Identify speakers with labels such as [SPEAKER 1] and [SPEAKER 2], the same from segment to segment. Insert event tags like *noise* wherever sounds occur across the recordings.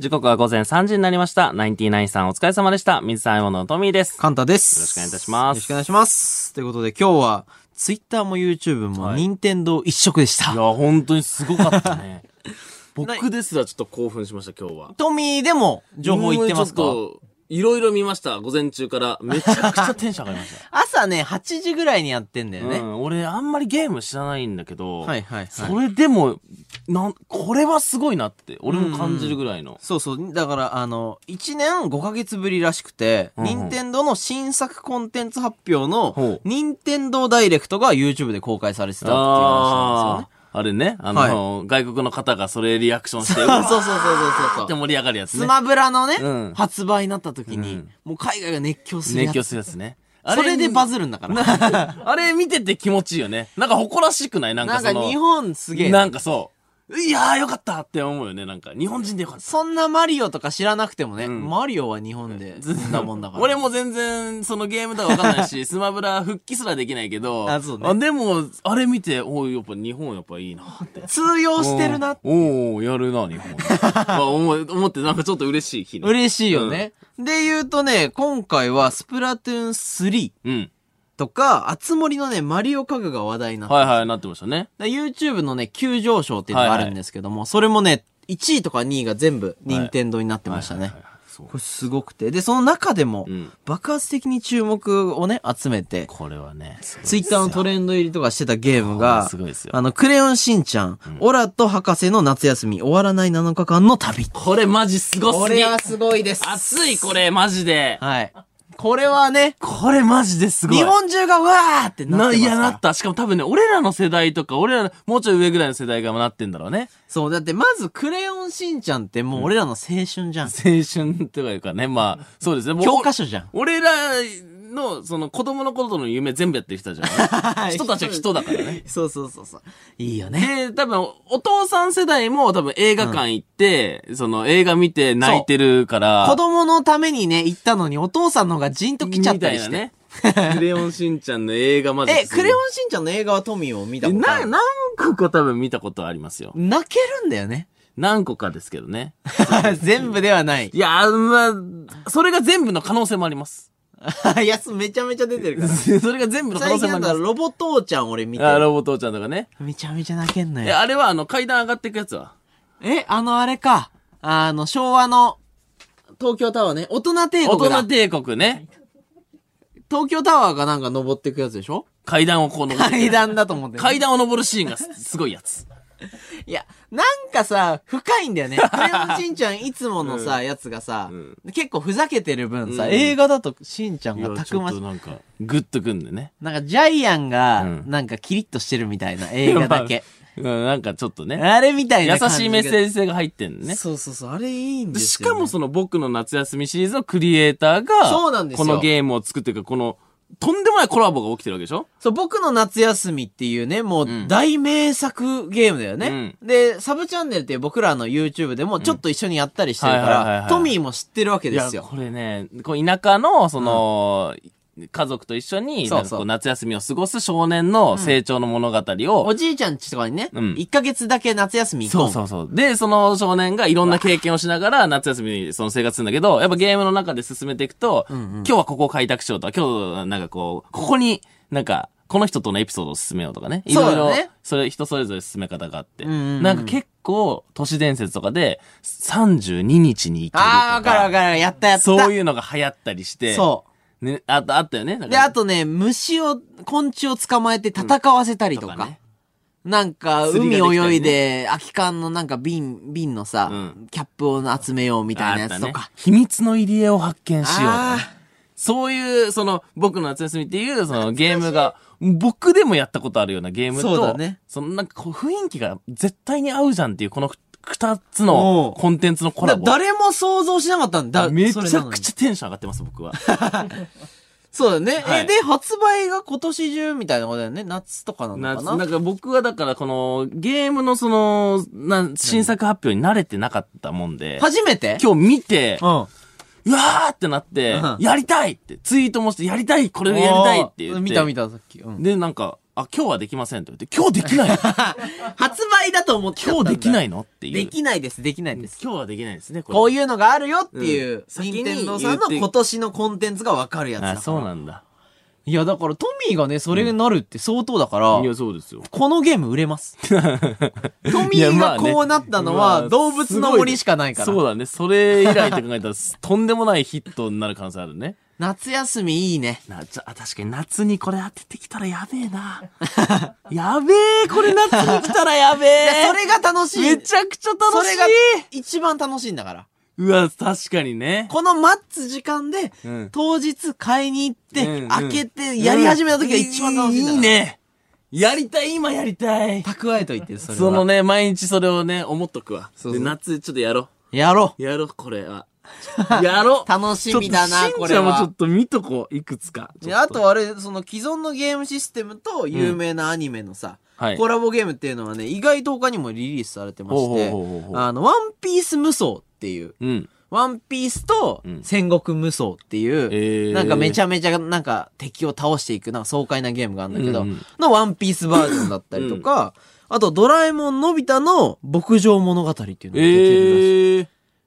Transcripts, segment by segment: [SPEAKER 1] 時刻は午前3時になりました。ナインティナインさんお疲れ様でした。水沢のトミーです。
[SPEAKER 2] カンタです。
[SPEAKER 1] よろしくお願いいたします
[SPEAKER 2] よろしくお願いします。ということで今日は、ツイッターも YouTube も、
[SPEAKER 1] はい
[SPEAKER 2] 任天堂一色でし
[SPEAKER 1] いや、
[SPEAKER 2] た。
[SPEAKER 1] 本当にすごかったね。 *laughs*
[SPEAKER 2] ない
[SPEAKER 1] 僕ですらちょっと興奮しました、今日は。
[SPEAKER 2] トミーでも情報言ってますか
[SPEAKER 1] うんちょっといろいろ見ました、午前中から。めちゃくちゃテンション上がりまし
[SPEAKER 2] 朝ね、8時ぐらいにやってんだ
[SPEAKER 1] た。
[SPEAKER 2] よ
[SPEAKER 1] *laughs*
[SPEAKER 2] ね。
[SPEAKER 1] うん、俺あんまりゲーム知らないんだけど、
[SPEAKER 2] はいはいはい。
[SPEAKER 1] それでも、なん、これはすごいなって、俺も感じるぐらいの。
[SPEAKER 2] そうそう。だから、あの、1年5ヶ月ぶりらしくて、
[SPEAKER 1] うんうん
[SPEAKER 2] 任天堂の新作コンテンツ発表
[SPEAKER 1] ほう
[SPEAKER 2] の、任天堂ダイレクトが YouTube で公開されてたっていう話なんですよね
[SPEAKER 1] あ。あー、あれね、あの、外国の方がそれリアクションして、う
[SPEAKER 2] そう
[SPEAKER 1] わ
[SPEAKER 2] そうそうそ
[SPEAKER 1] ー
[SPEAKER 2] う
[SPEAKER 1] っ
[SPEAKER 2] そ
[SPEAKER 1] て
[SPEAKER 2] う。
[SPEAKER 1] 盛り上がるやつ *laughs*
[SPEAKER 2] ス
[SPEAKER 1] ね。
[SPEAKER 2] マブラのね、
[SPEAKER 1] うん
[SPEAKER 2] 発売になった時に、
[SPEAKER 1] うん
[SPEAKER 2] もう海外が熱狂するや
[SPEAKER 1] 熱
[SPEAKER 2] つ
[SPEAKER 1] 狂するやつね。
[SPEAKER 2] それでバ
[SPEAKER 1] ズ
[SPEAKER 2] ズるんだから。
[SPEAKER 1] *laughs* あれ見てて気持ちいいよね。なんか誇らしくないなんか
[SPEAKER 2] なん
[SPEAKER 1] そ
[SPEAKER 2] か
[SPEAKER 1] の。
[SPEAKER 2] 日本すげえ
[SPEAKER 1] な
[SPEAKER 2] な。
[SPEAKER 1] んかそう。いやーよかったって思うよね。なんか日本人でよかった。
[SPEAKER 2] そんなマリオとか知らなくてもね、
[SPEAKER 1] ん
[SPEAKER 2] マリオは日本でずんだもんだから。
[SPEAKER 1] 俺も全然そのゲームとは分かんない
[SPEAKER 2] *laughs*
[SPEAKER 1] し、スマブラ復帰すらできないけど。
[SPEAKER 2] あそうね
[SPEAKER 1] でも、あれ見て、おい、やっぱ日本やっぱいいなって。
[SPEAKER 2] 通用してるな。
[SPEAKER 1] おおやるな、日
[SPEAKER 2] *laughs*
[SPEAKER 1] 本。まあ、思う思って、なんかちょっと嬉しい日ね。
[SPEAKER 2] 嬉しいよね。で言うとね、今回はスプラトゥーン3
[SPEAKER 1] うん。
[SPEAKER 2] とか、あつ森のね、マリオ家具が話題になった。
[SPEAKER 1] はいはい、なってましたね。
[SPEAKER 2] で YouTube のね、急上昇っていうのがあるんですけども、それもね、1位とか2位が全部、任天堂になってましたね。
[SPEAKER 1] はいはいはいそう
[SPEAKER 2] これすごくて。で、その中でも
[SPEAKER 1] うん、
[SPEAKER 2] 爆発的に注目をね、集めて、
[SPEAKER 1] これはね。
[SPEAKER 2] ツイッターのトレンド入りとかしてたゲームが
[SPEAKER 1] すごいです、よ
[SPEAKER 2] あの、クレヨンしんちゃん、オラと博士の夏休み、終わらない7日間の旅。
[SPEAKER 1] これマジすごすぎ
[SPEAKER 2] これはすごいです。
[SPEAKER 1] 熱いこれマジで。
[SPEAKER 2] はい。これはね、
[SPEAKER 1] これマジですごい。
[SPEAKER 2] 日本中がわーってなってま
[SPEAKER 1] な、
[SPEAKER 2] す
[SPEAKER 1] い
[SPEAKER 2] から
[SPEAKER 1] や、なった。しかも多分ね、俺らの世代とか、俺らの、もうちょい上ぐらいの世代がなってんだろうね。
[SPEAKER 2] そう、だってまずクレヨンしんちゃんってもう俺らの青春じゃん。
[SPEAKER 1] 青春とかいうかね、まあ、そうですね。もう
[SPEAKER 2] 教科書じゃ *laughs* ん。
[SPEAKER 1] 俺らの、その、子供の頃の夢全部やってる人たちだからね人たちは人だからね。
[SPEAKER 2] そうそうそうそう。いいよね。
[SPEAKER 1] で、多分、お父さん世代も多分映画館行って、その映画見て泣いてるから、
[SPEAKER 2] 子供のためにね、行ったのにお父さんの方がジンと来ちゃったりして。 *laughs*
[SPEAKER 1] みたいなね。クレヨンしんちゃんの映画まで。
[SPEAKER 2] え、クレヨンしんちゃんの映画はトミーを見たことあ
[SPEAKER 1] な、
[SPEAKER 2] る
[SPEAKER 1] 何個か多分見たことありますよ。
[SPEAKER 2] 泣けるんだよ *laughs* ね。
[SPEAKER 1] 何個かですけどね。
[SPEAKER 2] 全部ではない。
[SPEAKER 1] いや、まあ、それが全部の可能性もあり
[SPEAKER 2] *laughs*
[SPEAKER 1] ます。
[SPEAKER 2] いや、めちゃめちゃ出てるから。
[SPEAKER 1] それが全部の可能
[SPEAKER 2] 最
[SPEAKER 1] 性
[SPEAKER 2] 近
[SPEAKER 1] もあ
[SPEAKER 2] なん
[SPEAKER 1] り
[SPEAKER 2] だ
[SPEAKER 1] ます。
[SPEAKER 2] ロボ父ちゃん俺見て
[SPEAKER 1] あ、
[SPEAKER 2] る。
[SPEAKER 1] ロボ父ちゃんとかね。
[SPEAKER 2] めちゃめちゃ泣けんの
[SPEAKER 1] い
[SPEAKER 2] よ
[SPEAKER 1] や、。あれはあの階段上がっていくやつは。
[SPEAKER 2] え、あのあれか。あの、昭和の東京タワーね。大人帝
[SPEAKER 1] 大
[SPEAKER 2] 国だ
[SPEAKER 1] 人。帝国ね。
[SPEAKER 2] 東京タワーがなんか登っていくやつでしょ
[SPEAKER 1] 階段をこう登ってい
[SPEAKER 2] 階
[SPEAKER 1] く。
[SPEAKER 2] 段だと思ってる。
[SPEAKER 1] 階段を登るシーンがすすごいやつ。
[SPEAKER 2] いや、なんかさ、深いんだ
[SPEAKER 1] *laughs*
[SPEAKER 2] よね。クレヨンしんちゃんいつものさ、やつがさ、結構ふざけてる分さ、
[SPEAKER 1] うん
[SPEAKER 2] 映画だとしんちゃん
[SPEAKER 1] いや
[SPEAKER 2] がた
[SPEAKER 1] ち
[SPEAKER 2] く
[SPEAKER 1] ょ
[SPEAKER 2] ま
[SPEAKER 1] っ
[SPEAKER 2] し
[SPEAKER 1] と
[SPEAKER 2] い。
[SPEAKER 1] なんか、グッとくんでね。
[SPEAKER 2] なんかジャイアンが、
[SPEAKER 1] うん
[SPEAKER 2] なんかキリッとしてるみたいな映画だけ。
[SPEAKER 1] *laughs* うん、なんかちょっとね。
[SPEAKER 2] あれみたい
[SPEAKER 1] 優
[SPEAKER 2] な感じが。
[SPEAKER 1] しいメッセージ性が入ってんのね。
[SPEAKER 2] そうそうそう、あれいいん
[SPEAKER 1] で
[SPEAKER 2] です
[SPEAKER 1] し
[SPEAKER 2] よ、ね。
[SPEAKER 1] かもその僕の夏休みシリーズのクリエイターが、
[SPEAKER 2] そうなんですよ
[SPEAKER 1] このゲームを作っていく、この、とんでもないコラボが起きてるわけでしょ
[SPEAKER 2] そう、僕の夏休みっていうね、も
[SPEAKER 1] ん
[SPEAKER 2] う大名作ゲームだよね。で、サブチャンネルっていう僕らの YouTube でもちょっと一緒にやったりしてるか
[SPEAKER 1] はいはいはいは
[SPEAKER 2] ら
[SPEAKER 1] い、
[SPEAKER 2] トミーも知ってるわけ
[SPEAKER 1] い
[SPEAKER 2] で
[SPEAKER 1] や
[SPEAKER 2] すよ。
[SPEAKER 1] これね、こう田舎の、その、家族と一緒に、
[SPEAKER 2] そうそう
[SPEAKER 1] なんかこう夏休みを過ごす少年の成長の物語を、
[SPEAKER 2] おじいちゃんちとかにね、
[SPEAKER 1] うん
[SPEAKER 2] 1ヶ月だけ夏休み行こ。
[SPEAKER 1] そううそうそう。で、その少年がいろんな経験をしながら夏休みにその生活するんだけど、やっぱゲームの中で進めていくと、今日はここを開拓しようとか、今日なんかこう、ここになんか、この人とのエピソードを進めようとかね。い
[SPEAKER 2] そう
[SPEAKER 1] ろ
[SPEAKER 2] だ
[SPEAKER 1] い
[SPEAKER 2] ね
[SPEAKER 1] ろ、それ人それぞれ進め方があって。
[SPEAKER 2] うんうんうん
[SPEAKER 1] なんか結構、都市伝説とかで、32日に行けると
[SPEAKER 2] ああ、わかるわ
[SPEAKER 1] か、
[SPEAKER 2] かる。やったやった。
[SPEAKER 1] そういうのが流行ったりして、
[SPEAKER 2] そ
[SPEAKER 1] ね、あと、あったよね。な
[SPEAKER 2] う。
[SPEAKER 1] ん
[SPEAKER 2] で、
[SPEAKER 1] か
[SPEAKER 2] あとね、虫を、昆虫を捕まえて戦わせたりとか。
[SPEAKER 1] とかね
[SPEAKER 2] なんか、
[SPEAKER 1] 釣り
[SPEAKER 2] 海
[SPEAKER 1] ができたりね
[SPEAKER 2] 泳いで、空き缶のなんか瓶、瓶のさ、
[SPEAKER 1] うん
[SPEAKER 2] キャップを集めようみたいなやつと
[SPEAKER 1] あっ
[SPEAKER 2] か
[SPEAKER 1] たね。秘密の入り江を発見しようとかね
[SPEAKER 2] あー
[SPEAKER 1] そういう、その、僕の夏休みっていう、そのゲームが、僕でもやったことあるようなゲームと、
[SPEAKER 2] そうだね
[SPEAKER 1] そのなんかこう雰囲気が絶対に合うじゃんっていう、この二つの
[SPEAKER 2] おう
[SPEAKER 1] コンテンツのコラ
[SPEAKER 2] だ
[SPEAKER 1] ボ。
[SPEAKER 2] 誰も想像しなかったんだ。
[SPEAKER 1] めち
[SPEAKER 2] それ
[SPEAKER 1] ゃ
[SPEAKER 2] なの
[SPEAKER 1] く
[SPEAKER 2] に
[SPEAKER 1] ちゃテンション上がってます、僕
[SPEAKER 2] *laughs*
[SPEAKER 1] は。
[SPEAKER 2] そうだね。
[SPEAKER 1] はい
[SPEAKER 2] え、で、発売が今年中みたいなことだよね。夏とかなの
[SPEAKER 1] な
[SPEAKER 2] か
[SPEAKER 1] な
[SPEAKER 2] なん
[SPEAKER 1] か僕はだからこの、ゲームのその、な新作発表に慣れてなかったもんで、
[SPEAKER 2] 初めて
[SPEAKER 1] 今日見て、
[SPEAKER 2] うん。
[SPEAKER 1] うわーってなって
[SPEAKER 2] う、ん
[SPEAKER 1] やりたいって、ツイートもして、やりたいこれをやりたいって言っ
[SPEAKER 2] お
[SPEAKER 1] て。
[SPEAKER 2] ー見た見た、さっき。うん。
[SPEAKER 1] で、なんか、あ、今日はできませんと言って、今日できない
[SPEAKER 2] *laughs*
[SPEAKER 1] の
[SPEAKER 2] 発売だと思って
[SPEAKER 1] 今日できないいのっていう。
[SPEAKER 2] できないです、できないです。
[SPEAKER 1] 今日はできないですね、これ
[SPEAKER 2] こういうのがあるよってい
[SPEAKER 1] う
[SPEAKER 2] う、
[SPEAKER 1] ん先に
[SPEAKER 2] 任天堂さんの今年のコンテンツがわかるやつだか
[SPEAKER 1] あ、
[SPEAKER 2] ら。
[SPEAKER 1] そうなんだ。
[SPEAKER 2] いや、だからトミーがね、それになるって相当だから、
[SPEAKER 1] いや、そうですよ。
[SPEAKER 2] このゲーム売れ *laughs* ます。トミ
[SPEAKER 1] いや
[SPEAKER 2] ー
[SPEAKER 1] ま
[SPEAKER 2] が
[SPEAKER 1] あね
[SPEAKER 2] こうなったの
[SPEAKER 1] ま
[SPEAKER 2] は
[SPEAKER 1] あ
[SPEAKER 2] 動物の森しかないから。
[SPEAKER 1] そうだね。それ以来って考えたら、 *laughs* とんでもないヒットになる可能性あるね。
[SPEAKER 2] 夏休みいいね。
[SPEAKER 1] な、じゃあ、確かに夏にこれ当ててきたらやべえな。 *laughs* やべえ、これ夏に来たらやべ
[SPEAKER 2] いや
[SPEAKER 1] え。
[SPEAKER 2] それが楽しい。
[SPEAKER 1] めちゃくちゃ
[SPEAKER 2] そ
[SPEAKER 1] 楽し
[SPEAKER 2] れ
[SPEAKER 1] い
[SPEAKER 2] が。一番楽しいんだから。
[SPEAKER 1] うわ、確かにね。
[SPEAKER 2] この待つ時間で、
[SPEAKER 1] うん
[SPEAKER 2] 当日買いに行って、
[SPEAKER 1] うんうん
[SPEAKER 2] 開けて、やり始めた時が一番楽しいんだから。
[SPEAKER 1] いい。ね。やりたい、今やりたい。
[SPEAKER 2] 蓄えといて、それは。
[SPEAKER 1] そのね、毎日それをね、思っとくわ。
[SPEAKER 2] そう
[SPEAKER 1] で
[SPEAKER 2] そう
[SPEAKER 1] 夏、ちょっとやろ
[SPEAKER 2] やろ
[SPEAKER 1] う。やろう、これ
[SPEAKER 2] *laughs*
[SPEAKER 1] は。やろ
[SPEAKER 2] う。
[SPEAKER 1] う。
[SPEAKER 2] 楽しみだ
[SPEAKER 1] ち
[SPEAKER 2] な、
[SPEAKER 1] ょ
[SPEAKER 2] こ
[SPEAKER 1] っとしんち
[SPEAKER 2] れ
[SPEAKER 1] ゃんもちょ
[SPEAKER 2] は
[SPEAKER 1] っ。と見とこう、いくつか。ちょっ
[SPEAKER 2] であと、あれ、その既存のゲームシステムと有名なアニメのさ、
[SPEAKER 1] はい
[SPEAKER 2] コラボゲームっていうのはね、意外と他にもリリースされてまして
[SPEAKER 1] ほうほうほうほうほ、う
[SPEAKER 2] あの、ワンピース無双っていう、
[SPEAKER 1] うん。
[SPEAKER 2] ワンピースと
[SPEAKER 1] うん
[SPEAKER 2] 戦国無双っていう、
[SPEAKER 1] えー
[SPEAKER 2] なんかめちゃめちゃなんか敵を倒していくなんか爽快なゲームがあるんだけど、
[SPEAKER 1] うんうん
[SPEAKER 2] のワンピースバージョンだったりとか、あとドラえもんのび太の牧場物語っていうのができるらしい。
[SPEAKER 1] ええー。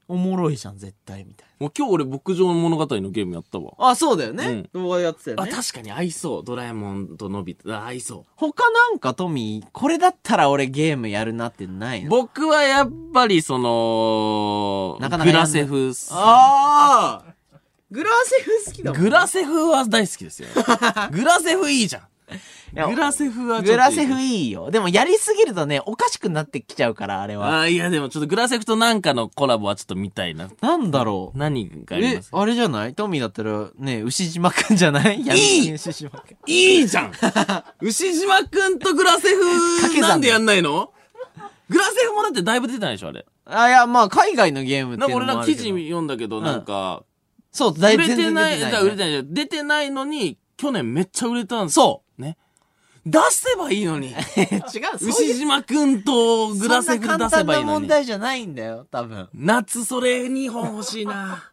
[SPEAKER 2] おもろいじゃん、絶対みたい
[SPEAKER 1] もう今日俺、牧場物語のゲームやったわ。
[SPEAKER 2] な。あ、そうだよね。動画やってたよ
[SPEAKER 1] あ、
[SPEAKER 2] ね。
[SPEAKER 1] 確かに合いそう。ドラえもんとのび太、合いそ。
[SPEAKER 2] 他なんかトミー、これだったら俺ゲームやるなってないうの
[SPEAKER 1] 僕はやっぱり、その、
[SPEAKER 2] なかなか
[SPEAKER 1] グ
[SPEAKER 2] やんない
[SPEAKER 1] ラセフっす。
[SPEAKER 2] ああグラセフ好きだもん。
[SPEAKER 1] グラセフは大好き
[SPEAKER 2] *laughs*
[SPEAKER 1] ですよ。グラセフいいじゃん。
[SPEAKER 2] いや
[SPEAKER 1] グラセフはちょっといい
[SPEAKER 2] グラセフいいよ。でもやりすぎるとね、おかしくなってきちゃうから、あれは。
[SPEAKER 1] あーいやでもちょっとグラセフとなんかのコラボはちょっと見たいな。
[SPEAKER 2] なんだろう。
[SPEAKER 1] 何があり
[SPEAKER 2] え
[SPEAKER 1] ます、
[SPEAKER 2] あれじゃないトミーだったら、ね、牛島くんじゃない
[SPEAKER 1] いい
[SPEAKER 2] 牛島くん。
[SPEAKER 1] いいじゃん *laughs* 牛島くんとグラセ
[SPEAKER 2] 掛
[SPEAKER 1] フ
[SPEAKER 2] け算だ
[SPEAKER 1] なんでやんないのグラセフもだってだいぶ出てないでしょあれ。
[SPEAKER 2] あ、いや、まあ、海外のゲームって
[SPEAKER 1] ないん
[SPEAKER 2] う
[SPEAKER 1] か
[SPEAKER 2] のも
[SPEAKER 1] 俺
[SPEAKER 2] あるけど。
[SPEAKER 1] ら記事読んだけど、
[SPEAKER 2] ん
[SPEAKER 1] なんか、
[SPEAKER 2] そう、だい
[SPEAKER 1] 売
[SPEAKER 2] ぶ
[SPEAKER 1] れ
[SPEAKER 2] 全
[SPEAKER 1] て
[SPEAKER 2] 然
[SPEAKER 1] ない、
[SPEAKER 2] 出
[SPEAKER 1] だ
[SPEAKER 2] て
[SPEAKER 1] か
[SPEAKER 2] な
[SPEAKER 1] ら
[SPEAKER 2] い
[SPEAKER 1] 売れ
[SPEAKER 2] ね
[SPEAKER 1] てないじゃん。出てないのに、去年めっちゃ売れたんですよ。
[SPEAKER 2] そ
[SPEAKER 1] ね。出せばいいのに。
[SPEAKER 2] う。違う、 *laughs* そうい
[SPEAKER 1] 牛
[SPEAKER 2] う。
[SPEAKER 1] 島くんとグラセフ出せばい
[SPEAKER 2] そんな簡単ない
[SPEAKER 1] の
[SPEAKER 2] 問
[SPEAKER 1] に。
[SPEAKER 2] 題じゃないんだよ、多分。
[SPEAKER 1] 夏それ2本欲しい *laughs* な。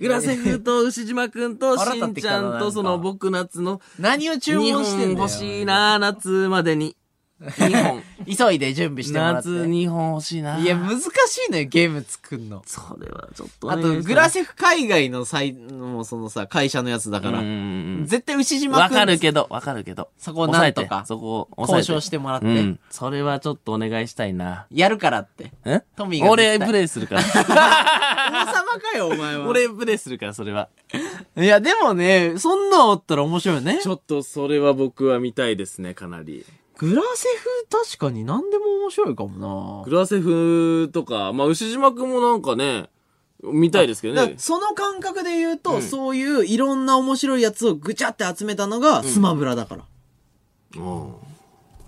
[SPEAKER 1] グラセフと牛島くん *laughs* としんちゃんとその僕夏の
[SPEAKER 2] 何を注
[SPEAKER 1] 2
[SPEAKER 2] 文してんだ
[SPEAKER 1] 本
[SPEAKER 2] よ。
[SPEAKER 1] 欲しい。な、夏までに。2本。
[SPEAKER 2] 急いで準備してもらって。
[SPEAKER 1] *laughs* 夏2本欲しいな。
[SPEAKER 2] いや、難しいのよ、ゲーム作んの。
[SPEAKER 1] それはちょっと
[SPEAKER 2] あ
[SPEAKER 1] ね。
[SPEAKER 2] と、グラセフ海外の最、もうそのさ、会社のやつだ
[SPEAKER 1] うん
[SPEAKER 2] か
[SPEAKER 1] う
[SPEAKER 2] ら。
[SPEAKER 1] ん
[SPEAKER 2] 絶対牛
[SPEAKER 1] うん。
[SPEAKER 2] 島
[SPEAKER 1] わ
[SPEAKER 2] くん。
[SPEAKER 1] かるけど、わかるけど。
[SPEAKER 2] そこをなんと
[SPEAKER 1] 抑え
[SPEAKER 2] か
[SPEAKER 1] てそこを抑え
[SPEAKER 2] 交
[SPEAKER 1] て。
[SPEAKER 2] 渉してもらって。
[SPEAKER 1] うん。それはちょっとお願いしたいな。
[SPEAKER 2] やるからって。
[SPEAKER 1] え
[SPEAKER 2] トミーが絶対
[SPEAKER 1] 俺プレイするから。
[SPEAKER 2] 王様かよ、お前は。
[SPEAKER 1] *laughs* 俺プレイするから、それは。
[SPEAKER 2] いや、でもね、そんなんあったら面白いよね。
[SPEAKER 1] ょっとそれは僕は見たいですね、かなり。
[SPEAKER 2] グラセフ、確かに何でも面白いかもな。
[SPEAKER 1] グラセフとか、まあ、牛島くんもなんかね、見たいですけど
[SPEAKER 2] だか
[SPEAKER 1] ね
[SPEAKER 2] ら。その感覚で言うと、そういういろんな面白いやつをぐちゃって集めたのがスマブラだから。
[SPEAKER 1] うん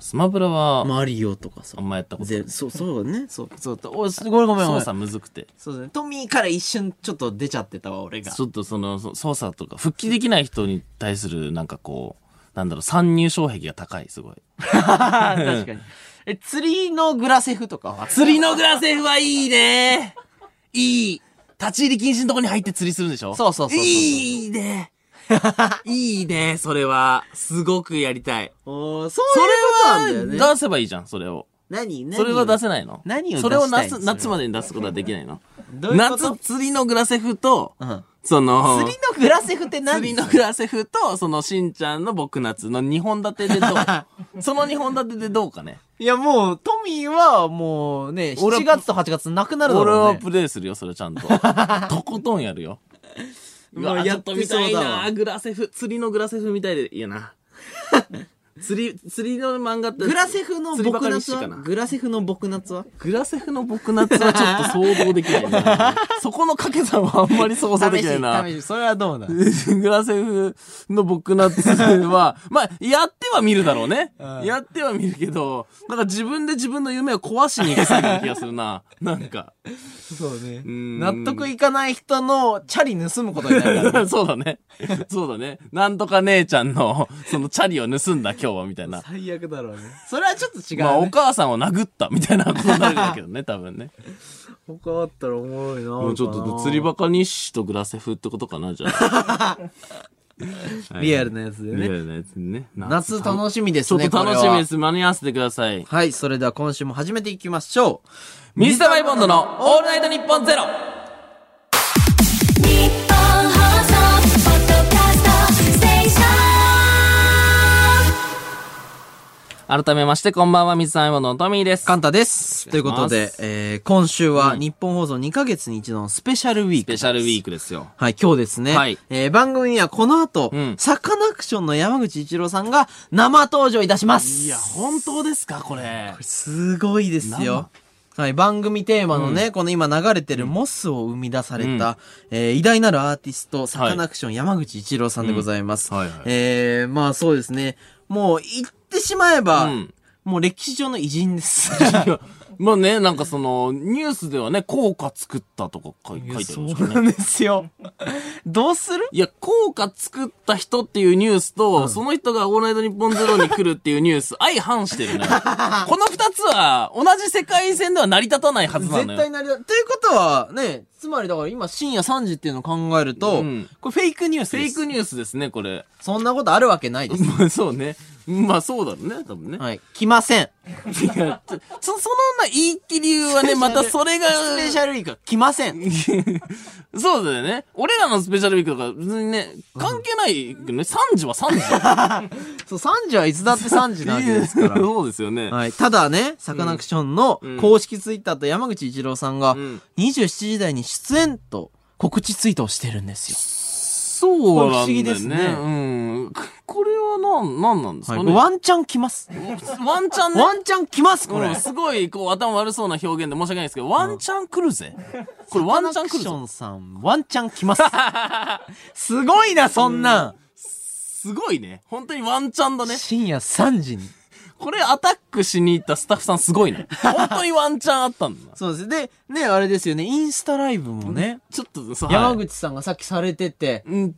[SPEAKER 1] スマブラは、
[SPEAKER 2] マリオとかさ
[SPEAKER 1] あん。まやったことない。
[SPEAKER 2] でそう、そうだね。そう、そう。おいすごめんごめんご
[SPEAKER 1] 操
[SPEAKER 2] めん。
[SPEAKER 1] 作むずくて。
[SPEAKER 2] そうだね。トミーから一瞬ちょっと出ちゃってたわ、俺が。
[SPEAKER 1] ちょっとその、そ操作とか、復帰できない人に対する、なんかこう、なんだろう、参入障壁が高い、すごい。
[SPEAKER 2] *laughs* 確かに。え、釣りのグラセフとかは
[SPEAKER 1] 釣りのグラセフはいいねいい。立ち入り禁止のとこに入って釣りするんでしょ
[SPEAKER 2] そうそうそうそう
[SPEAKER 1] いいねいいね、それは。すごくやりたい。
[SPEAKER 2] おー
[SPEAKER 1] そ
[SPEAKER 2] そ
[SPEAKER 1] う
[SPEAKER 2] いうことなんだ
[SPEAKER 1] れ
[SPEAKER 2] よね。
[SPEAKER 1] は出せばいいじゃん、それを。
[SPEAKER 2] 何何
[SPEAKER 1] それは出せ
[SPEAKER 2] ない。
[SPEAKER 1] ないの
[SPEAKER 2] 何を出した
[SPEAKER 1] そ
[SPEAKER 2] い
[SPEAKER 1] れを
[SPEAKER 2] の
[SPEAKER 1] 夏
[SPEAKER 2] それは
[SPEAKER 1] 夏までに出すことはできないの
[SPEAKER 2] どういうこと
[SPEAKER 1] 夏釣りのグラセフと、
[SPEAKER 2] うん。
[SPEAKER 1] その、
[SPEAKER 2] 釣りのグラセフって何
[SPEAKER 1] 釣りのグラセフと、そのしんちゃんの僕夏の2本立てでど
[SPEAKER 2] *laughs*
[SPEAKER 1] うその2本立てでどうかね。
[SPEAKER 2] いやもう、トミーはもうね、
[SPEAKER 1] 俺は
[SPEAKER 2] 7月と8月なくなるだ
[SPEAKER 1] 俺
[SPEAKER 2] ろう
[SPEAKER 1] は
[SPEAKER 2] ね。
[SPEAKER 1] プレイするよ、それちゃん
[SPEAKER 2] *laughs*
[SPEAKER 1] と。とことんやるよ。う
[SPEAKER 2] も
[SPEAKER 1] わ、
[SPEAKER 2] うや
[SPEAKER 1] や
[SPEAKER 2] っ
[SPEAKER 1] ってと
[SPEAKER 2] そう
[SPEAKER 1] 見
[SPEAKER 2] だ
[SPEAKER 1] たい
[SPEAKER 2] わ
[SPEAKER 1] なグラセフ、釣りのグラセフみたいでいい
[SPEAKER 2] *laughs*
[SPEAKER 1] な。釣り、釣りの漫画って。
[SPEAKER 2] グラセフの
[SPEAKER 1] 釣りば
[SPEAKER 2] 僕
[SPEAKER 1] かり
[SPEAKER 2] 夏
[SPEAKER 1] しか
[SPEAKER 2] は
[SPEAKER 1] な
[SPEAKER 2] グラセフの僕夏は
[SPEAKER 1] グラセフの僕夏はちょっと想像できない
[SPEAKER 2] *laughs*
[SPEAKER 1] な。そこの掛け算はあんまり想像できないな
[SPEAKER 2] 試。し、試し、それはどうだ
[SPEAKER 1] グラセフの僕夏
[SPEAKER 2] *laughs*
[SPEAKER 1] は、まあ、やっては見るだろうね。
[SPEAKER 2] うん
[SPEAKER 1] やっては見るけど、なんか自分で自分の夢を壊しに行く詐欺な気がするな。なんか。 *laughs*
[SPEAKER 2] そうね。
[SPEAKER 1] ん
[SPEAKER 2] 納得いかない人のチャリ盗むことになるから。
[SPEAKER 1] そうだね。そうだね。なんとか姉ちゃんの、そのチャリを盗んだ今日は、みたいな。
[SPEAKER 2] *laughs* 最悪だろうね。それはちょっと違う、ね。
[SPEAKER 1] まあ、お母さんを殴った、みたいなことになるんだけど
[SPEAKER 2] *laughs*
[SPEAKER 1] ね、多分ね。
[SPEAKER 2] 他あったらおもろいな
[SPEAKER 1] もうちょっと、釣りバカ日誌とグラセフってことかな、じゃあ。
[SPEAKER 2] リアルなやつで
[SPEAKER 1] リア
[SPEAKER 2] ね。
[SPEAKER 1] ルなやつね。
[SPEAKER 2] 夏楽しみで
[SPEAKER 1] ち
[SPEAKER 2] す
[SPEAKER 1] ょ
[SPEAKER 2] ね。。
[SPEAKER 1] っと楽しみですす。間に合わせてください。
[SPEAKER 2] はい、それでは今週も始めていきましょう。
[SPEAKER 1] 水溜りボンドのオールナイトニッポンゼロ
[SPEAKER 3] 日本放送ポッドキャストステーション
[SPEAKER 1] 改めまして、こんばんは、水溜りボンドのトミーです。
[SPEAKER 2] カンタです。ということ
[SPEAKER 1] お願い
[SPEAKER 2] で
[SPEAKER 1] しま、す
[SPEAKER 2] えー、今週は日本放送2ヶ月に一度のスペシャルウィーク。ス
[SPEAKER 1] スペシャルウィークですよ。
[SPEAKER 2] はい、今日ですね。
[SPEAKER 1] はい
[SPEAKER 2] えー番組にはこの後、
[SPEAKER 1] うん
[SPEAKER 2] サカナクションの山口一郎さんが生登場いたします。
[SPEAKER 1] いや、本当ですかこれ。
[SPEAKER 2] すごいですよ。はい、番組テーマのね、この今流れてるモスを生み出された、えー偉大なるアーティスト、サカナクション山口一郎さんでございます。
[SPEAKER 1] うんはいはい
[SPEAKER 2] えー、まあそうですね。もう言ってしまえば、
[SPEAKER 1] うん
[SPEAKER 2] もう歴史上の偉
[SPEAKER 1] *laughs*
[SPEAKER 2] 人です。
[SPEAKER 1] いやまあね、なんかその、ニュースではね、効果作ったとか書い書いてあります
[SPEAKER 2] そう
[SPEAKER 1] よね
[SPEAKER 2] な。んですよ。どうする
[SPEAKER 1] いや、効果作った人っていうニュースと、その人がオールナイトニッポンゼロに来るっていうニュー *laughs* ス、相反してるね。この二つは、同じ世界線では成り立たないはずなの
[SPEAKER 2] 絶
[SPEAKER 1] よ。
[SPEAKER 2] 対なりだ。ということは、ね、つまりだから今深夜3時っていうのを考えると、
[SPEAKER 1] うん
[SPEAKER 2] これフェイクニュース
[SPEAKER 1] フ
[SPEAKER 2] です。
[SPEAKER 1] ェイクニュースですね、これ。
[SPEAKER 2] そんなことあるわけないです。
[SPEAKER 1] まあそうね。まあそうだろうね、多分 *laughs* ね。
[SPEAKER 2] はい。来ません。
[SPEAKER 1] いやちょそ、そのな言い切りはね、またそれが、
[SPEAKER 2] スペシャルウィークは来ません。
[SPEAKER 1] *laughs* そうだよね。俺らのスペシャルウィークとか、別にね、関係ないけどね、3時は3時だ
[SPEAKER 2] そう、3時はいつだって3時なわけですから。
[SPEAKER 1] そうですよね。
[SPEAKER 2] はい。ただね、サカナクションの
[SPEAKER 1] うん
[SPEAKER 2] 公式ツイッターと山口一郎さんが
[SPEAKER 1] うん、
[SPEAKER 2] 27時台に出演と告知ツイートをしてるんですよ。
[SPEAKER 1] そうなんだよね。
[SPEAKER 2] これ不思議ですね
[SPEAKER 1] うん。ここれはなん、なんなんです
[SPEAKER 2] はい
[SPEAKER 1] か
[SPEAKER 2] こ
[SPEAKER 1] ね。
[SPEAKER 2] れワンチャン来ます。
[SPEAKER 1] ワンチャンね。
[SPEAKER 2] ワンチャン来ます、こ
[SPEAKER 1] う
[SPEAKER 2] れ
[SPEAKER 1] ん。すごい、こう、頭悪そうな表現で申し訳ないですけど、ワンチャン来るぜ。これワンチャン来
[SPEAKER 2] ク
[SPEAKER 1] る
[SPEAKER 2] シ
[SPEAKER 1] ぞ。
[SPEAKER 2] ョンさん、ワンチャン来ます。 *laughs* すごいな、そんなん。
[SPEAKER 1] すごいね。本当にワンチャンだね。
[SPEAKER 2] 深夜3時に。
[SPEAKER 1] これアタックしに行ったスタッフさんすごいな。本当にワンチャンあったんだな。
[SPEAKER 2] そうです。で、ね、あれですよね、インスタライブもね、
[SPEAKER 1] ちょっと、そう
[SPEAKER 2] 山。口さんがさっきされてて、
[SPEAKER 1] はいうん、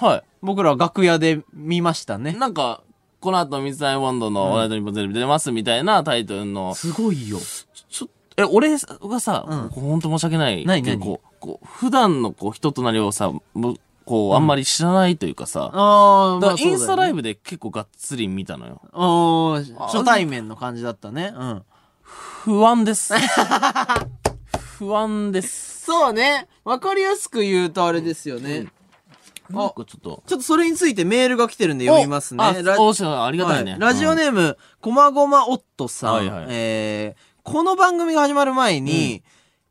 [SPEAKER 1] は
[SPEAKER 2] 僕らは楽屋で見ました
[SPEAKER 1] い。
[SPEAKER 2] ね。
[SPEAKER 1] なんか、この後、水溜りボンドのオールナイトニッポンゼロに出ますみたいなタイトルの、
[SPEAKER 2] すごいよ。
[SPEAKER 1] ちょっと、え、俺がさ、
[SPEAKER 2] うん
[SPEAKER 1] こうほんと申し訳ない。
[SPEAKER 2] 何
[SPEAKER 1] けど
[SPEAKER 2] 何
[SPEAKER 1] こう、こう、普段のこう、人となりをさ、もこう、あんまり知らないというかさ、
[SPEAKER 2] ああ、
[SPEAKER 1] だからインスタライ
[SPEAKER 2] ブ。
[SPEAKER 1] ブで結構がっつり見たのよ。
[SPEAKER 2] ああ、初対面の感じだったね。うん。
[SPEAKER 1] 不安です。不安です。
[SPEAKER 2] そうね。わかりやすく言うとあれですよね。
[SPEAKER 1] なんかちょっと。
[SPEAKER 2] ちょっとそれについてメールが来てるんで読みますね。
[SPEAKER 1] あ、
[SPEAKER 2] ラ
[SPEAKER 1] おしありがたい
[SPEAKER 2] は
[SPEAKER 1] ね。
[SPEAKER 2] ラジオネーム、こまごまおっとさん。
[SPEAKER 1] はいはい
[SPEAKER 2] えー、この番組が始まる前に、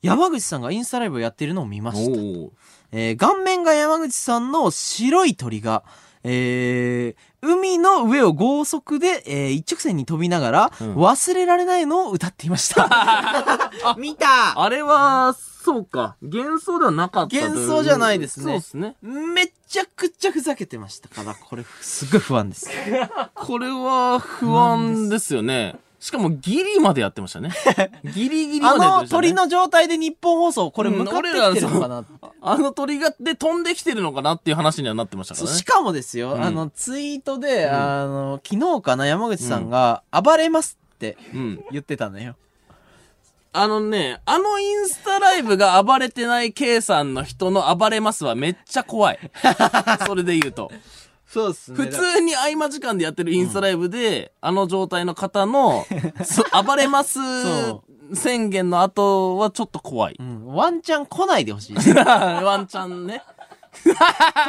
[SPEAKER 2] 山口さんがインスタライブをやってるのを見ま
[SPEAKER 1] うん。
[SPEAKER 2] し
[SPEAKER 1] お
[SPEAKER 2] た。
[SPEAKER 1] ー
[SPEAKER 2] えー、顔面が山口さんの白い鳥が、えー、海の上を豪速で、えー、一直線に飛びながら、
[SPEAKER 1] ん
[SPEAKER 2] 忘れられないのを歌っていま
[SPEAKER 1] *laughs*
[SPEAKER 2] した。見た
[SPEAKER 1] あれは、そうか。幻想ではなかったという。
[SPEAKER 2] 幻想じゃないですね
[SPEAKER 1] そうですね。
[SPEAKER 2] めちゃくちゃふざけてましたから、これ、すっごい不安です。
[SPEAKER 1] これは不安ですよね。しかもギリまでやってました
[SPEAKER 2] *laughs*
[SPEAKER 1] ね。ギリギリま
[SPEAKER 2] あ
[SPEAKER 1] でやってま
[SPEAKER 2] の
[SPEAKER 1] したね。
[SPEAKER 2] 鳥の状態で日本放送、これ向かってきてるのかなって
[SPEAKER 1] あの鳥がで飛んできてるのかなっていう話にはなってましたか
[SPEAKER 2] そう
[SPEAKER 1] らね
[SPEAKER 2] し。かもですよ、
[SPEAKER 1] うん
[SPEAKER 2] あの、ツイートで、あの、昨日かな、山口さんが、暴れますって
[SPEAKER 1] うん。
[SPEAKER 2] 言ってたのよ。
[SPEAKER 1] あのね、あのインスタライブが暴れてない K さんの人の暴れますはめっちゃ怖
[SPEAKER 2] *laughs*
[SPEAKER 1] い。それで言うと。
[SPEAKER 2] そうですね
[SPEAKER 1] 普通に合間時間でやってるインスタライブで、あの状態の方の、そ
[SPEAKER 2] *laughs*
[SPEAKER 1] 暴れます
[SPEAKER 2] そ
[SPEAKER 1] 宣言の後はちょっと怖い。
[SPEAKER 2] うん、ワンチャン来ないでほしい。
[SPEAKER 1] *laughs*
[SPEAKER 2] *laughs*
[SPEAKER 1] ワンチャンね。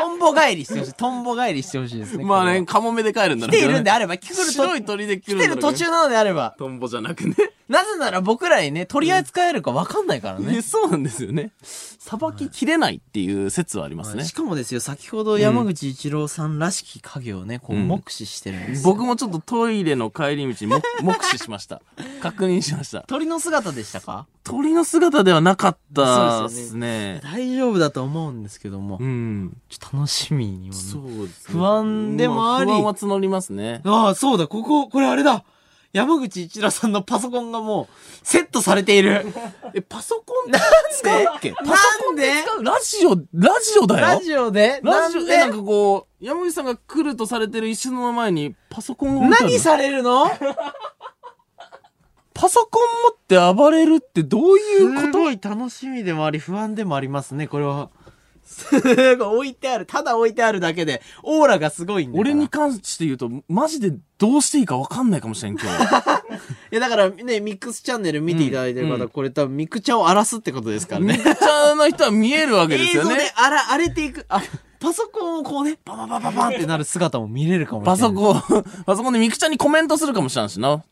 [SPEAKER 2] トンボ返りしてほしい。トンボ帰りしてほしいですね。
[SPEAKER 1] まあ
[SPEAKER 2] これ
[SPEAKER 1] ね、
[SPEAKER 2] は。
[SPEAKER 1] カモメで帰るんだろ
[SPEAKER 2] 来
[SPEAKER 1] うけ
[SPEAKER 2] て
[SPEAKER 1] ど
[SPEAKER 2] い
[SPEAKER 1] ね
[SPEAKER 2] るんであれば、来ると
[SPEAKER 1] 白い鳥で来る
[SPEAKER 2] 来
[SPEAKER 1] んだ
[SPEAKER 2] て
[SPEAKER 1] ろう
[SPEAKER 2] る
[SPEAKER 1] けど
[SPEAKER 2] 途中なのであれば、
[SPEAKER 1] トンボじゃなくね。
[SPEAKER 2] なぜなら僕らにね、取り扱えるか分かんないからね。
[SPEAKER 1] そうなんですよね。さばききれないっていう説はありますね
[SPEAKER 2] し。かもですよ、先ほど山口一郎さんらしき影をね、こう、
[SPEAKER 1] ん
[SPEAKER 2] 目視してるんですよ。
[SPEAKER 1] 僕もちょっとトイレの帰り道に *laughs* も目視しました。確認しました。
[SPEAKER 2] 鳥の姿でしたか
[SPEAKER 1] 鳥の姿ではなかったで
[SPEAKER 2] そうです
[SPEAKER 1] すね。
[SPEAKER 2] 大丈夫だと思うんですけども
[SPEAKER 1] う、ん。
[SPEAKER 2] ちょっと楽しみにもね
[SPEAKER 1] そうですね。
[SPEAKER 2] 不安でもあり
[SPEAKER 1] ま不安は募りますね。
[SPEAKER 2] ああ、そうだ、ここ、これあれだ。山口一郎さんのパソコンがもう、セットされている。
[SPEAKER 1] え、パソコンなん
[SPEAKER 2] で
[SPEAKER 1] パソコンで使うラジオ、ラジオだよ
[SPEAKER 2] ラジオで
[SPEAKER 1] ラジオ、
[SPEAKER 2] な
[SPEAKER 1] え、
[SPEAKER 2] んで
[SPEAKER 1] なんかこう、山口さんが来るとされてる石の前にパソコンが置いてある
[SPEAKER 2] 何されるの
[SPEAKER 1] パソコン持って暴れるってどういうこと
[SPEAKER 2] すごい楽しみでもあり、不安でもありますね、これは。すごい置いてある。ただ置いてあるだけで、オーラがすごいんだから
[SPEAKER 1] 俺に関して言うと、マジでどうしていいかわかんないかもしれん、今
[SPEAKER 2] *laughs*
[SPEAKER 1] 日。
[SPEAKER 2] いや、だからね、ミックスチャンネル見ていただいてる方、
[SPEAKER 1] うんうん
[SPEAKER 2] これ多分ミクちゃんを荒らすってことですから
[SPEAKER 1] ミ
[SPEAKER 2] ね。
[SPEAKER 1] クちゃんの人は見えるわけで
[SPEAKER 2] 映
[SPEAKER 1] すよ
[SPEAKER 2] 像で
[SPEAKER 1] ね。
[SPEAKER 2] 荒荒れていく。あ、パソコンをこうね、バババババンってなる姿も見れるかもしれ
[SPEAKER 1] パ
[SPEAKER 2] ない。
[SPEAKER 1] ソコン、 *laughs* パソコンでミクちゃんにコメントするかもしれんしな。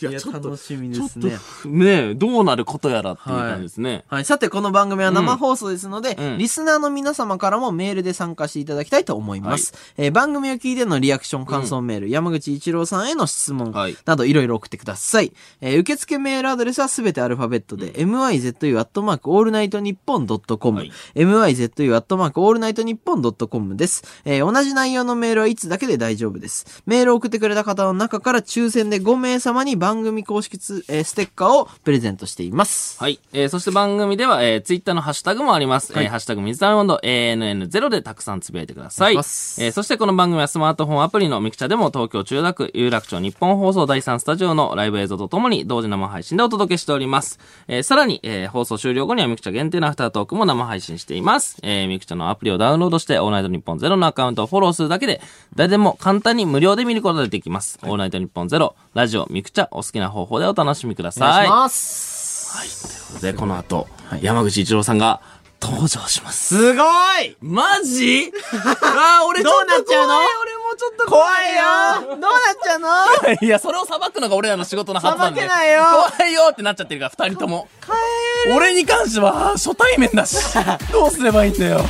[SPEAKER 2] いや、楽しみですね。
[SPEAKER 1] ねえ、どうなることやらっていう感じですね。
[SPEAKER 2] はい。さて、この番組は生放送ですので、
[SPEAKER 1] うんうん
[SPEAKER 2] リスナーの皆様からもメールで参加していただきたいと思います。えー番組を聞いてのリアクション、感想メール、山口一郎さんへの質問
[SPEAKER 1] はい
[SPEAKER 2] などいろいろ送ってください。えー受付メールアドレスはすべてアルファベットで、myzu.allnightnippon.com、
[SPEAKER 1] はい
[SPEAKER 2] myzu.allnightnippon.com です。えー同じ内容のメールはいつだけで大丈夫です。メールを送ってくれた方の中から抽選で5名様に番組公式つ、えーステッカーをプレゼントしています。
[SPEAKER 1] はい。えーそして番組では、えー、ツイッターのハッシュタグもあります。えーハッシュタグ水溜りボンド ANN0 でたくさんつぶやいてください。え
[SPEAKER 2] お願いします
[SPEAKER 1] ーそしてこの番組はスマートフォンアプリのミクチャでも東京中田区有楽町日本放送第3スタジオのライブ映像とともに同時生配信でお届けしております。えーさらに、えー放送終了後にはミクチャ限定のアフタートークも生配信しています。えーミクチャのアプリをダウンロードして、オールナイトニッポンゼロのアカウントをフォローするだけで、誰でも簡単に無料で見ることができます。オールナイトニッポンゼロ、ラジオ、ミクチャ、お好きな方法でお楽しみくだ
[SPEAKER 2] お願
[SPEAKER 1] さ
[SPEAKER 2] い
[SPEAKER 1] い
[SPEAKER 2] し。ます。
[SPEAKER 1] で、この後、山口一郎さんが登場します。
[SPEAKER 2] すごい
[SPEAKER 1] マ *laughs* ジあー、俺ちょっと怖い
[SPEAKER 2] どうなっちゃうの
[SPEAKER 1] 俺もちょっと
[SPEAKER 2] 怖いよどうなっちゃうの
[SPEAKER 1] 怖い。いや、それを裁くのが俺らの仕事のはずなんで。
[SPEAKER 2] 裁けないよ
[SPEAKER 1] *laughs* 怖いよってなっちゃってるから、二人とも。俺に関しては、あー初対面 *laughs* だし、どうすればいいんだよ。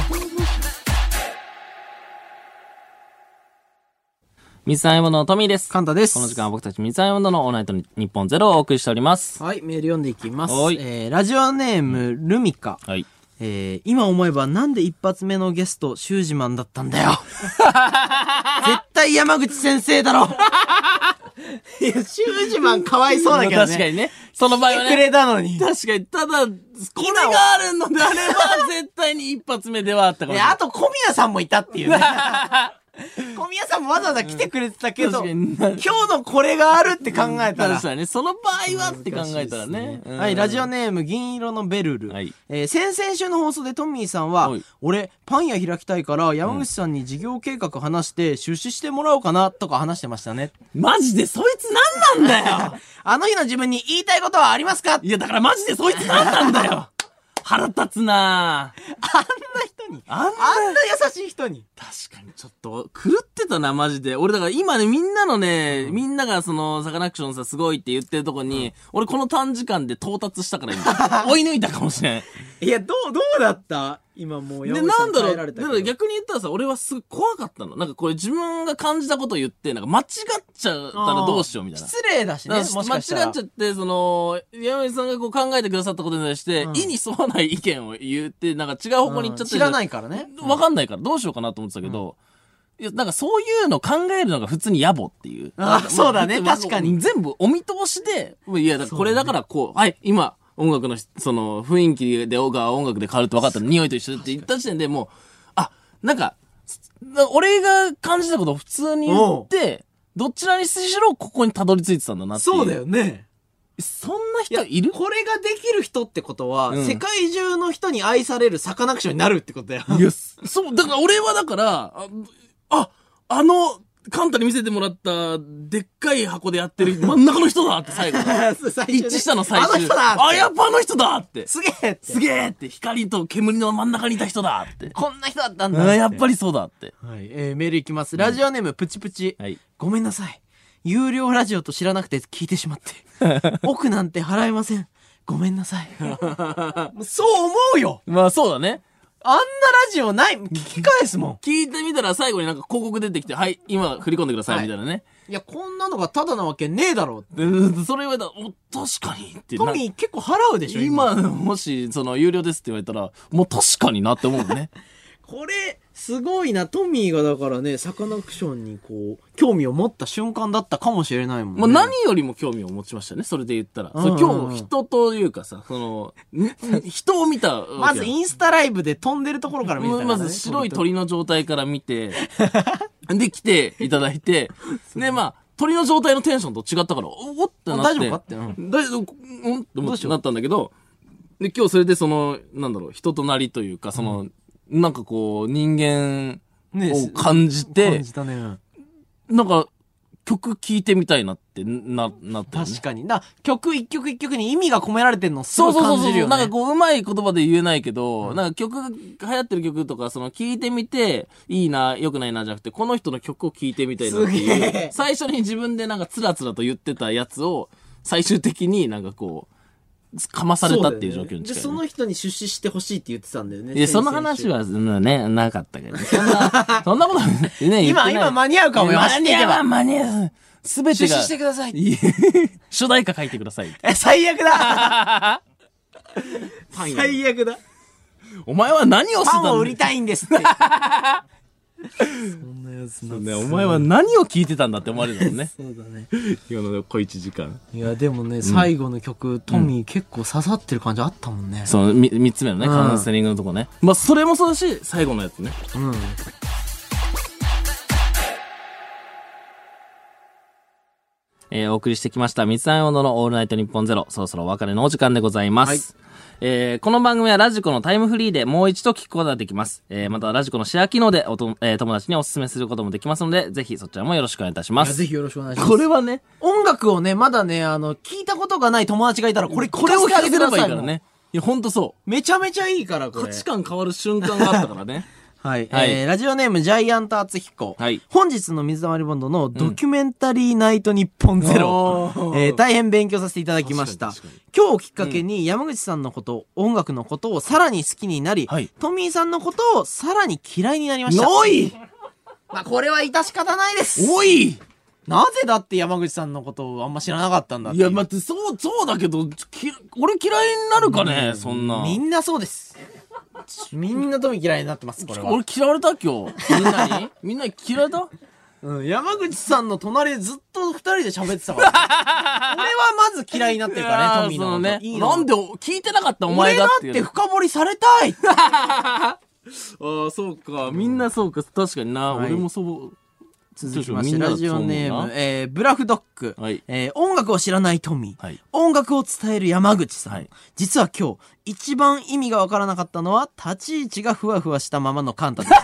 [SPEAKER 1] 水溜りボンドのトミーです。
[SPEAKER 2] カンタです。
[SPEAKER 1] この時間は僕たち水溜りボンドのオールナイトに日本ゼロをお送りしております。
[SPEAKER 2] はい、メール読んでいきます。
[SPEAKER 1] はい
[SPEAKER 2] えー、ラジオネーム、ルミカ。
[SPEAKER 1] はい。
[SPEAKER 2] えー、今思えばなんで一発目のゲスト、シュージマンだったんだ *laughs* よ。絶対山口先生だろいや、シュージマンかわいそうだけどね。
[SPEAKER 1] 確かにね。その場合は
[SPEAKER 2] く
[SPEAKER 1] ね。
[SPEAKER 2] れたのに。
[SPEAKER 1] 確かに、ただ、これがあるのであれば、絶対に一発目ではあったかも
[SPEAKER 2] い
[SPEAKER 1] しれ
[SPEAKER 2] や、
[SPEAKER 1] な
[SPEAKER 2] あと小宮さんもいたっていうね。小宮さんもわざわざ来てくれてたけど、
[SPEAKER 1] うん
[SPEAKER 2] 今日のこれがあるって考え
[SPEAKER 1] い。
[SPEAKER 2] たら
[SPEAKER 1] 確、かにね、その場合はって考えたらね。うん
[SPEAKER 2] はい、ラジオネーム、銀色のベルル。
[SPEAKER 1] はい
[SPEAKER 2] えー先々週の放送でトミーさんは
[SPEAKER 1] はい、
[SPEAKER 2] 俺、パン屋開きたいから、山口さんに事業計画話して、出資してもらおうかな、とか話してましたね。
[SPEAKER 1] マジでそいつ何なんだよ *laughs*
[SPEAKER 2] あの日の自分に言いたいことはありますか
[SPEAKER 1] いや、だからマジでそいつ何なんだよ腹立つなぁ。
[SPEAKER 2] 人に。
[SPEAKER 1] あんな、
[SPEAKER 2] あんな優しい人に。
[SPEAKER 1] 確かにちょっと狂ってたな、マジで。俺だから今ね、みんなのね、みんながその、サカナクションさ、すごいって言ってるとこに、俺この短時間で到達したから今、追い抜いたかもしれん。
[SPEAKER 2] いや、どう、どうだった今もう
[SPEAKER 1] で、なんだろう、だから逆に言ったらさ、俺はすごい怖かったの。なんかこれ自分が感じたことを言って、なんか間違っちゃったらどうしようみたいな。
[SPEAKER 2] 失礼だしね、
[SPEAKER 1] だ
[SPEAKER 2] も
[SPEAKER 1] から
[SPEAKER 2] しかしたら。
[SPEAKER 1] 間違っちゃって、その、山口さんがこう考えてくださったことに対して、意に沿わない意見を言って、なんか違う方向に行っちゃって、。
[SPEAKER 2] 知らないいからね。
[SPEAKER 1] わかんないからどうしようかなと思ってたけど、いや、なんかそういうの考えるのが普通に野暮っていう。
[SPEAKER 2] あ
[SPEAKER 1] なんか
[SPEAKER 2] そうだね
[SPEAKER 1] もう
[SPEAKER 2] 確かに
[SPEAKER 1] 全部お見通しで、もういや、だからこれだからこう、はい、今、音楽のし、その、雰囲気で、が音楽で変わるって分かったの、匂いと一緒だって言った時点でもう、あ、なんか、な俺が感じたことを普通に言って、どちらにしろここにたどり着いてたんだなっていう。
[SPEAKER 2] よね。
[SPEAKER 1] そんな人いる
[SPEAKER 2] これができる人ってことは、
[SPEAKER 1] うん
[SPEAKER 2] 世界中の人に愛されるサカナクションになるってことだよ。
[SPEAKER 1] いや、そう、だから俺はだから、あ、ああの、カンタに見せてもらった、でっかい箱でやってる真ん中の人だって最後。
[SPEAKER 2] *laughs* 最初ね
[SPEAKER 1] 一致したの最終。
[SPEAKER 2] あの人だって
[SPEAKER 1] あ、やっぱあの人だって。
[SPEAKER 2] すげえ
[SPEAKER 1] すげえって、光と煙の真ん中にいた人だって。
[SPEAKER 2] こんな人だったん
[SPEAKER 1] あ
[SPEAKER 2] だ。
[SPEAKER 1] やっぱりそうだって。
[SPEAKER 2] はい、えー、メールいきます。ラジオネーム、プチプチ。
[SPEAKER 1] はい。
[SPEAKER 2] ごめんなさい。有料ラジオと知らなくて聞いてし
[SPEAKER 1] *laughs*
[SPEAKER 2] まって。奥なんて払えません。ごめんなさい。そう思うよ
[SPEAKER 1] まあそうだね。
[SPEAKER 2] あんなラジオない聞き返すも
[SPEAKER 1] 聞いてみたら最後になんか広告出てきて、はい、今振り込んでくださ
[SPEAKER 2] はい
[SPEAKER 1] い、みたいなね。
[SPEAKER 2] ん。いや、こんなのがタダなわけねえだろう。
[SPEAKER 1] ででそれ言われたら、お、確かにってな。
[SPEAKER 2] トミー結構払うでしょ
[SPEAKER 1] 今、もし、その、有料ですって言われたら、もう確かになって思うね。
[SPEAKER 2] これ、すごいな。トミーがだからね、サカナクションにこう、興味を持った瞬間だったかもしれないもんね。
[SPEAKER 1] まあ、何よりも興味を持ちましたね、それで言ったら。そう
[SPEAKER 2] うんうんうん
[SPEAKER 1] 今日、人というかさ、その、ん人を見たわけよ。
[SPEAKER 2] まずインスタライブで飛んでるところから見てたから、ね。
[SPEAKER 1] まず白い。鳥の状態から見て、で、来ていただいて、で、まあ、鳥の状態のテンションと違ったから、おおってなって。
[SPEAKER 2] 大丈夫かってう
[SPEAKER 1] 大丈夫、うんって思
[SPEAKER 2] どう
[SPEAKER 1] っ
[SPEAKER 2] してよう
[SPEAKER 1] なったんだけど、で、今日それでその、なんだろう、人となりというか、その、なんかこう、人間
[SPEAKER 2] ね
[SPEAKER 1] を感じて
[SPEAKER 2] 感、じたね。
[SPEAKER 1] なんか、曲聴いてみたいなって、な、なったよね
[SPEAKER 2] 確。かに。だ曲一曲一曲に意味が込められてるのす
[SPEAKER 1] そ
[SPEAKER 2] ご
[SPEAKER 1] うそう
[SPEAKER 2] い
[SPEAKER 1] そう
[SPEAKER 2] 感
[SPEAKER 1] そう
[SPEAKER 2] じるよね。
[SPEAKER 1] なんかこう、うまい言葉で言えないけど、なんか曲、流行ってる曲とか、その、聴いてみて、いいな、良くないな、じゃなくて、この人の曲を聴いてみたいなって
[SPEAKER 2] すげ
[SPEAKER 1] い
[SPEAKER 2] え
[SPEAKER 1] う、最初に自分でなんか、つらつらと言ってたやつを、最終的になんかこう、かまされたっていう状況に近いね、
[SPEAKER 2] で、その人に出資してほしいって言ってたんだよね。
[SPEAKER 1] いや、その
[SPEAKER 2] 先々週
[SPEAKER 1] 話。は、そんなね、なかったけど。そんな、そんなことね、言ってない
[SPEAKER 2] 今、今間に合うかもよ。
[SPEAKER 1] 間に合わん間に合わんすべて
[SPEAKER 2] 出
[SPEAKER 1] が
[SPEAKER 2] 資、してください。
[SPEAKER 1] いや主題歌書いてください。
[SPEAKER 2] え、最悪だ *laughs*
[SPEAKER 1] パンや
[SPEAKER 2] 最悪だ。
[SPEAKER 1] お前は何をして
[SPEAKER 2] パ
[SPEAKER 1] たん
[SPEAKER 2] ン
[SPEAKER 1] だ
[SPEAKER 2] を売りたいんですって。そんなやつなん。
[SPEAKER 1] ね、お前は何を聞いてたんだって思われるもんね
[SPEAKER 2] *laughs* そうだね。
[SPEAKER 1] 今の小一時間。
[SPEAKER 2] いや、でもね、最後の曲、トミー結構刺さってる感じあったもんね。
[SPEAKER 1] その、み三つ目のね、
[SPEAKER 2] うん
[SPEAKER 1] カウンセリングのとこね。まあ、それもそうだし、最後のやつね。
[SPEAKER 2] うん。
[SPEAKER 1] えーお送りしてきました、三つ編ののオールナイトニッポンゼロ、そろそろお別れのお時間でございます。えーこの番組はラジコのタイムフリーでもう一度聞くことができます。えーまたラジコのシェア機能でおと、えー友達にお勧めすることもできますので、ぜひそちらもよろしくお願いいたしま
[SPEAKER 2] いや
[SPEAKER 1] す。
[SPEAKER 2] ぜひよろしくお願いします。
[SPEAKER 1] これはね、
[SPEAKER 2] 音楽をね、まだね、あの、聞いたことがない友達がいたら、これ、これを聞かせてください。
[SPEAKER 1] からね。いや、ほんとそ
[SPEAKER 2] めちゃめちゃいいから、
[SPEAKER 1] う。
[SPEAKER 2] こ
[SPEAKER 1] 価
[SPEAKER 2] れ。
[SPEAKER 1] 値観変わる瞬間があったからね。
[SPEAKER 2] はい。
[SPEAKER 1] はい
[SPEAKER 2] えー、ラジオネーム、ジャイアント厚彦。
[SPEAKER 1] はい
[SPEAKER 2] 本日の水溜りボンドのドキュメンタリーナイト日本ゼロ。
[SPEAKER 1] おー
[SPEAKER 2] えー、大変勉強させていただきました
[SPEAKER 1] 確かに確。
[SPEAKER 2] 今日をきっかけに、山口さんのこと、音楽のことをさらに好きになり、
[SPEAKER 1] はい
[SPEAKER 2] トミーさんのことをさらに嫌いになりました。
[SPEAKER 1] おい
[SPEAKER 2] まあ、これは致し方ないです。
[SPEAKER 1] おい
[SPEAKER 2] なぜだって山口さんのことをあんま知らなかったんだって
[SPEAKER 1] いうや、待って、そう、そうだけど、き俺嫌いになるかね、そんな。
[SPEAKER 2] みんなそうです。みんなトミー嫌いになってます、これは。
[SPEAKER 1] 俺嫌われた今日。みんな
[SPEAKER 2] *laughs*
[SPEAKER 1] にみんなに嫌われた
[SPEAKER 2] うん、山口さんの隣でずっと二人で喋ってた
[SPEAKER 1] *laughs*
[SPEAKER 2] から。俺はまず嫌いになってるからね、トミーのこと。
[SPEAKER 1] ね
[SPEAKER 2] いい。の
[SPEAKER 1] なんで聞いてなかったお前
[SPEAKER 2] 俺だ
[SPEAKER 1] が
[SPEAKER 2] っ
[SPEAKER 1] っていう。
[SPEAKER 2] て深掘りされたい
[SPEAKER 1] ああ、そうか。みんなそうか。確かにな。
[SPEAKER 2] はい
[SPEAKER 1] 俺もそう。
[SPEAKER 2] 続きまし
[SPEAKER 1] み
[SPEAKER 2] て、
[SPEAKER 1] んな
[SPEAKER 2] ラ
[SPEAKER 1] だと
[SPEAKER 2] ジ
[SPEAKER 1] 思
[SPEAKER 2] オ
[SPEAKER 1] うな
[SPEAKER 2] ネーム、えー、ブラフドッグ。
[SPEAKER 1] はい
[SPEAKER 2] えー音楽を知らないトミー。
[SPEAKER 1] はい
[SPEAKER 2] 音楽を伝える山口さん。
[SPEAKER 1] はい
[SPEAKER 2] 実は今日、一番意味がわからなかったのは、立ち位置がふわふわしたままのカン
[SPEAKER 1] *laughs*
[SPEAKER 2] タです。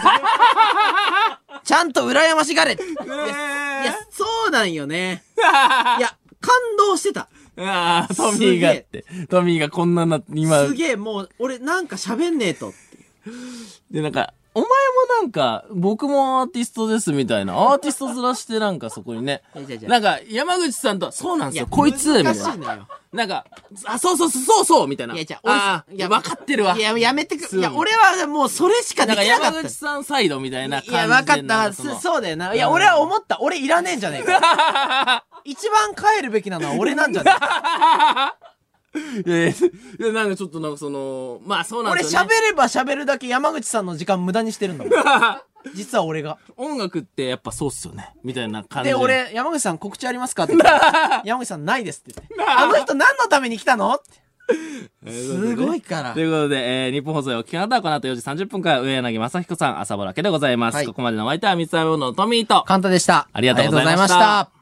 [SPEAKER 2] ちゃんと羨ましがれいや、いやそうなんよ
[SPEAKER 1] *laughs*
[SPEAKER 2] ね。いや、感動してた。
[SPEAKER 1] ああ、トミーがって。トミーがこんなな、今。
[SPEAKER 2] すげえ、もう、俺なんか喋んねえと。
[SPEAKER 1] で、なんか、お前もなんか、僕もアーティストですみたいな、アーティストずらしてなんかそこにね
[SPEAKER 2] *laughs* いやいやい。や
[SPEAKER 1] なんか、山口さんとは、そうなんですよ、
[SPEAKER 2] いや
[SPEAKER 1] こいつ、みた
[SPEAKER 2] 難
[SPEAKER 1] い
[SPEAKER 2] しいの
[SPEAKER 1] な
[SPEAKER 2] よ。
[SPEAKER 1] なんか、あ、そうそうそう、そうそう、みたいな。
[SPEAKER 2] いやじゃあ俺
[SPEAKER 1] ああ、
[SPEAKER 2] い
[SPEAKER 1] い
[SPEAKER 2] や
[SPEAKER 1] や、分かってるわ。
[SPEAKER 2] いや、やめてく。
[SPEAKER 1] すぐ
[SPEAKER 2] いや、俺はもうそれしか
[SPEAKER 1] な
[SPEAKER 2] で
[SPEAKER 1] ん
[SPEAKER 2] き
[SPEAKER 1] か
[SPEAKER 2] なかっ
[SPEAKER 1] 山口
[SPEAKER 2] た。
[SPEAKER 1] さんサイドみたいない感じで。
[SPEAKER 2] や、わかっ
[SPEAKER 1] な
[SPEAKER 2] た
[SPEAKER 1] ん
[SPEAKER 2] そ
[SPEAKER 1] そ。の
[SPEAKER 2] そうだよな。いや、俺は思った。俺いらねえんじゃねえか。一番帰るべきなのは俺なんじ
[SPEAKER 1] *laughs*
[SPEAKER 2] ゃねえか。
[SPEAKER 1] いやいやいや、なんかちょっとなんかその、まあそうなん
[SPEAKER 2] 俺
[SPEAKER 1] ですよ、
[SPEAKER 2] 喋
[SPEAKER 1] ね。
[SPEAKER 2] れば喋るだけ山口さんの時間無駄にしてるんだもん。
[SPEAKER 1] *laughs*
[SPEAKER 2] 実は俺が。
[SPEAKER 1] 音楽ってやっぱそうっすよね。みたいな感じ
[SPEAKER 2] で、。俺、山口さん告知ありますかって言った
[SPEAKER 1] *laughs*
[SPEAKER 2] ら山口さんないですって言って。あの人何のために来たのって。すごいから
[SPEAKER 1] と。いうことで、えー、日本放送をお聞きの方はこの後4時30分から上柳正彦さん、朝ぼらけでございます。
[SPEAKER 2] はい
[SPEAKER 1] ここまでのお相手は三沢のトミーと、
[SPEAKER 2] 簡単でした。
[SPEAKER 1] ありがとうございました
[SPEAKER 2] ありがとうございました